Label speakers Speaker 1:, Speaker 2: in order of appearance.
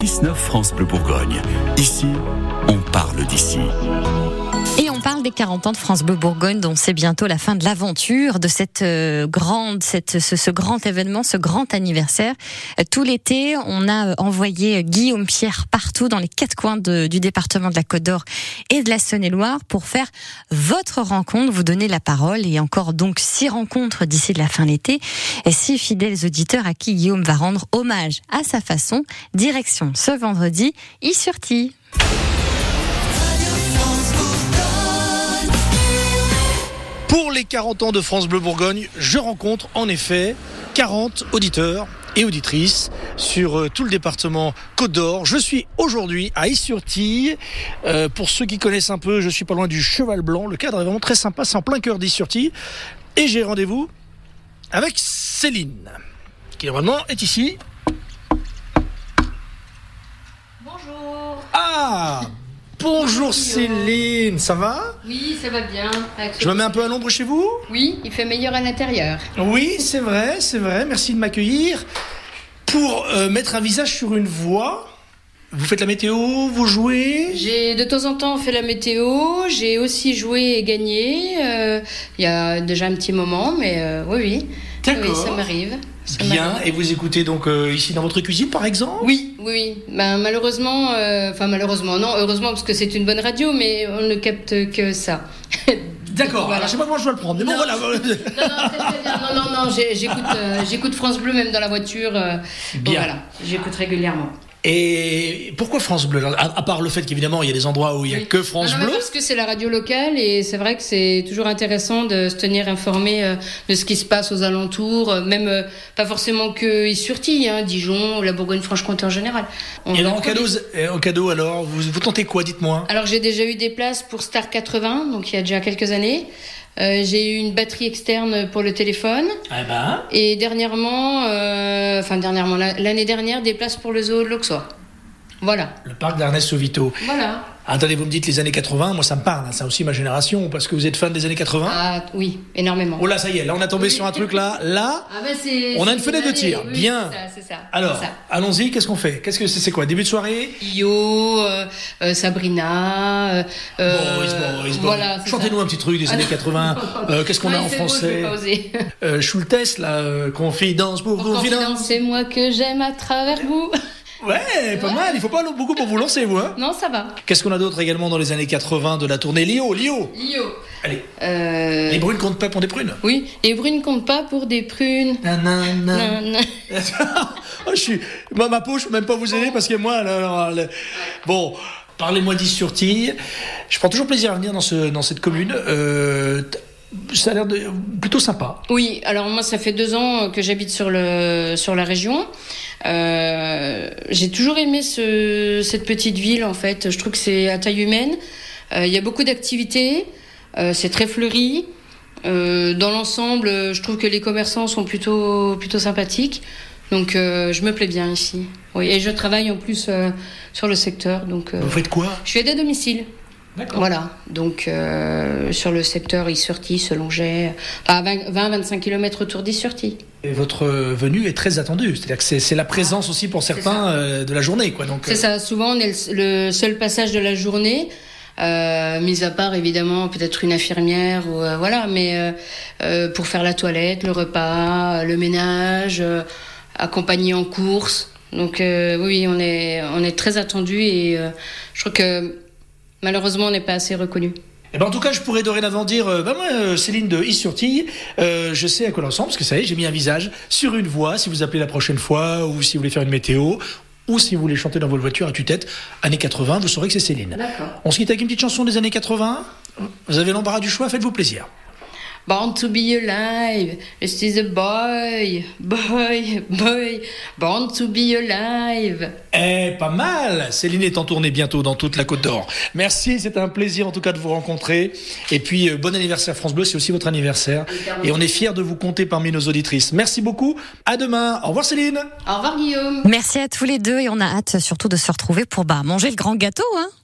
Speaker 1: 19 France Bleu Bourgogne. Ici, on parle d'ici.
Speaker 2: Et on parle des 40 ans de France Bleu Bourgogne, dont c'est bientôt la fin de l'aventure, de cette euh, grande, cette, ce, ce grand événement, ce grand anniversaire. Euh, Tout l'été, on a euh, envoyé Guillaume Pierre partout dans les quatre coins de- du département de la Côte d'Or et de la Saône-et-Loire pour faire votre rencontre, vous donner la parole et encore donc six rencontres d'ici la fin de l'été et six fidèles auditeurs à qui Guillaume va rendre hommage à sa façon. Direction ce vendredi, Issurti.
Speaker 3: Pour les 40 ans de France Bleu Bourgogne, je rencontre en effet 40 auditeurs et auditrices sur euh, tout le département Côte d'Or. Je suis aujourd'hui à Issurtille. Euh, pour ceux qui connaissent un peu, je suis pas loin du Cheval Blanc. Le cadre est vraiment très sympa, c'est en plein cœur d'Issurtille. Et j'ai rendez-vous avec Céline, qui normalement est ici.
Speaker 4: Bonjour
Speaker 3: Ah Bonjour Céline, ça va
Speaker 4: Oui, ça va bien. Avec ce-
Speaker 3: Je me mets un peu à l'ombre chez vous
Speaker 4: Oui, il fait meilleur à l'intérieur.
Speaker 3: Oui, c'est vrai, c'est vrai. Merci de m'accueillir. Pour euh, mettre un visage sur une voix, vous faites la météo, vous jouez.
Speaker 4: J'ai de temps en temps fait la météo, j'ai aussi joué et gagné, euh, il y a déjà un petit moment, mais euh, oui, oui.
Speaker 3: D'accord.
Speaker 4: Oui, ça m'arrive. Ça
Speaker 3: Bien.
Speaker 4: m'arrive.
Speaker 3: Et vous écoutez donc euh, ici dans votre cuisine, par exemple
Speaker 4: Oui, oui, oui. Ben, malheureusement, euh, enfin malheureusement, non, heureusement parce que c'est une bonne radio, mais on ne capte que ça.
Speaker 3: D'accord.
Speaker 4: Voilà.
Speaker 3: Alors, je sais pas comment je dois le prendre, mais bon,
Speaker 4: Non.
Speaker 3: voilà.
Speaker 4: Non, non, très, très bien. non, non, non, j'ai- j'écoute euh, j'écoute France Bleu même dans la voiture. euh,
Speaker 3: Bien.
Speaker 4: Voilà, j'écoute régulièrement.
Speaker 3: Et pourquoi France Bleu alors, à, à part le fait qu'évidemment, il y a des endroits où il n'y a
Speaker 4: Oui.
Speaker 3: que France
Speaker 4: Non, non, mais
Speaker 3: Bleu.
Speaker 4: Parce que c'est la radio locale et c'est vrai que c'est toujours intéressant de se tenir informé euh, de ce qui se passe aux alentours, euh, même euh, pas forcément que Issurti, hein, Dijon, la Bourgogne-Franche-Comté en général. On
Speaker 3: Et alors,
Speaker 4: a
Speaker 3: en cadeau, euh, en cadeau, alors, vous, vous tentez quoi Dites-moi.
Speaker 4: alors j'ai déjà eu des places pour Star 80, donc il y a déjà quelques années. Euh, j'ai eu une batterie externe pour le téléphone.
Speaker 3: Eh ben.
Speaker 4: Et dernièrement, euh, enfin dernièrement, la- l'année dernière, des places pour le zoo de l'Auxois. Voilà.
Speaker 3: Le parc d'Ernest Sovito.
Speaker 4: Voilà.
Speaker 3: Attendez, vous me dites les années 80, moi ça me parle, hein, c'est aussi ma génération, parce que vous êtes fan des années 80.
Speaker 4: Ah oui, énormément.
Speaker 3: Oh là, ça y est, là on a tombé
Speaker 4: Oui.
Speaker 3: sur un truc là, là.
Speaker 4: Ah ben, c'est-
Speaker 3: On a
Speaker 4: c'est
Speaker 3: une fenêtre de
Speaker 4: année,
Speaker 3: tir.
Speaker 4: oui,
Speaker 3: Bien.
Speaker 4: c'est ça, c'est ça,
Speaker 3: Alors,
Speaker 4: c'est ça.
Speaker 3: allons-y, qu'est-ce qu'on fait Qu'est-ce que c'est c'est quoi Début de soirée
Speaker 4: Io, euh, euh, Sabrina. euh,
Speaker 3: Boris,
Speaker 4: euh,
Speaker 3: Boris, Boris.
Speaker 4: Voilà, c'est
Speaker 3: Chantez-nous
Speaker 4: ça.
Speaker 3: un petit truc des années 80. Euh, qu'est-ce qu'on
Speaker 4: Ouais,
Speaker 3: a en
Speaker 4: c'est beau, je
Speaker 3: français
Speaker 4: vais pas oser.
Speaker 3: euh, Schultes, là, euh, confidence pour
Speaker 4: Pour confidence,
Speaker 3: confidence.
Speaker 4: c'est moi que j'aime à travers vous.
Speaker 3: Ouais, pas mal, il faut pas beaucoup pour vous lancer, vous. Hein
Speaker 4: Non, ça va.
Speaker 3: qu'est-ce qu'on a d'autre également dans les années 80 de la tournée Lio, Lio
Speaker 4: Io.
Speaker 3: Allez,
Speaker 4: Euh,
Speaker 3: les brunes comptent pas pour des prunes.
Speaker 4: Oui, et Brune compte pas pour des prunes.
Speaker 3: Nanana.
Speaker 4: Nan, nan.
Speaker 3: Oh, je suis... ma, ma peau, je peux même pas vous aider parce que moi, là, là, là, bon, parlez-moi d'Issurtille. Je prends toujours plaisir à venir dans, ce, dans cette commune. Euh, t- ça a l'air de, plutôt sympa.
Speaker 4: Oui, alors moi ça fait deux ans que j'habite sur le sur la région. Euh, j'ai toujours aimé ce, cette petite ville en fait. Je trouve que c'est à taille humaine. Euh, Il y a beaucoup d'activités. Euh, c'est très fleuri. Euh, dans l'ensemble, euh, je trouve que les commerçants sont plutôt plutôt sympathiques. Donc euh, je me plais bien ici. Oui, et je travaille en plus euh, sur le secteur. Donc euh,
Speaker 3: Vous faites quoi
Speaker 4: je suis aide à domicile.
Speaker 3: D'accord.
Speaker 4: Voilà, donc euh, sur le secteur Issurti, Selonget, à 20-25 km autour d'Issurti.
Speaker 3: Et votre euh, venue est très attendue. C'est-à-dire que c'est, c'est la présence aussi pour certains euh, de la journée. Quoi. Donc,
Speaker 4: C'est
Speaker 3: euh,
Speaker 4: ça, souvent on est le, le seul passage de la journée, euh, mis à part évidemment peut-être une infirmière, ou euh, voilà, mais euh, euh, pour faire la toilette, le repas, euh, le ménage, euh, accompagner en course. Donc euh, oui, on est, on est très attendu et euh, je trouve que malheureusement on n'est pas assez reconnu.
Speaker 3: eh ben, en tout cas, je pourrais dorénavant dire euh, ben, moi, euh, Céline de Issurtille, euh, je sais à quoi l'ensemble, parce que ça y est, j'ai mis un visage sur une voix. Si vous appelez la prochaine fois, ou si vous voulez faire une météo, ou si vous voulez chanter dans votre voiture à tue-tête, années 80, vous saurez que c'est Céline.
Speaker 4: D'accord.
Speaker 3: On se quitte avec une petite chanson des années 80. Vous avez l'embarras du choix, faites-vous plaisir.
Speaker 4: Born to be alive, this is a boy, boy, boy, born to be alive.
Speaker 3: Eh, pas mal Céline est en tournée bientôt dans toute la Côte d'Or. Merci, c'est un plaisir en tout cas de vous rencontrer. Et puis, euh, bon anniversaire France Bleu, c'est aussi votre anniversaire. Et on est fiers de vous compter parmi nos auditrices. Merci beaucoup, à demain. Au revoir Céline
Speaker 4: Au revoir Guillaume.
Speaker 2: Merci à tous les deux et on a hâte surtout de se retrouver pour bah, manger le grand gâteau. Hein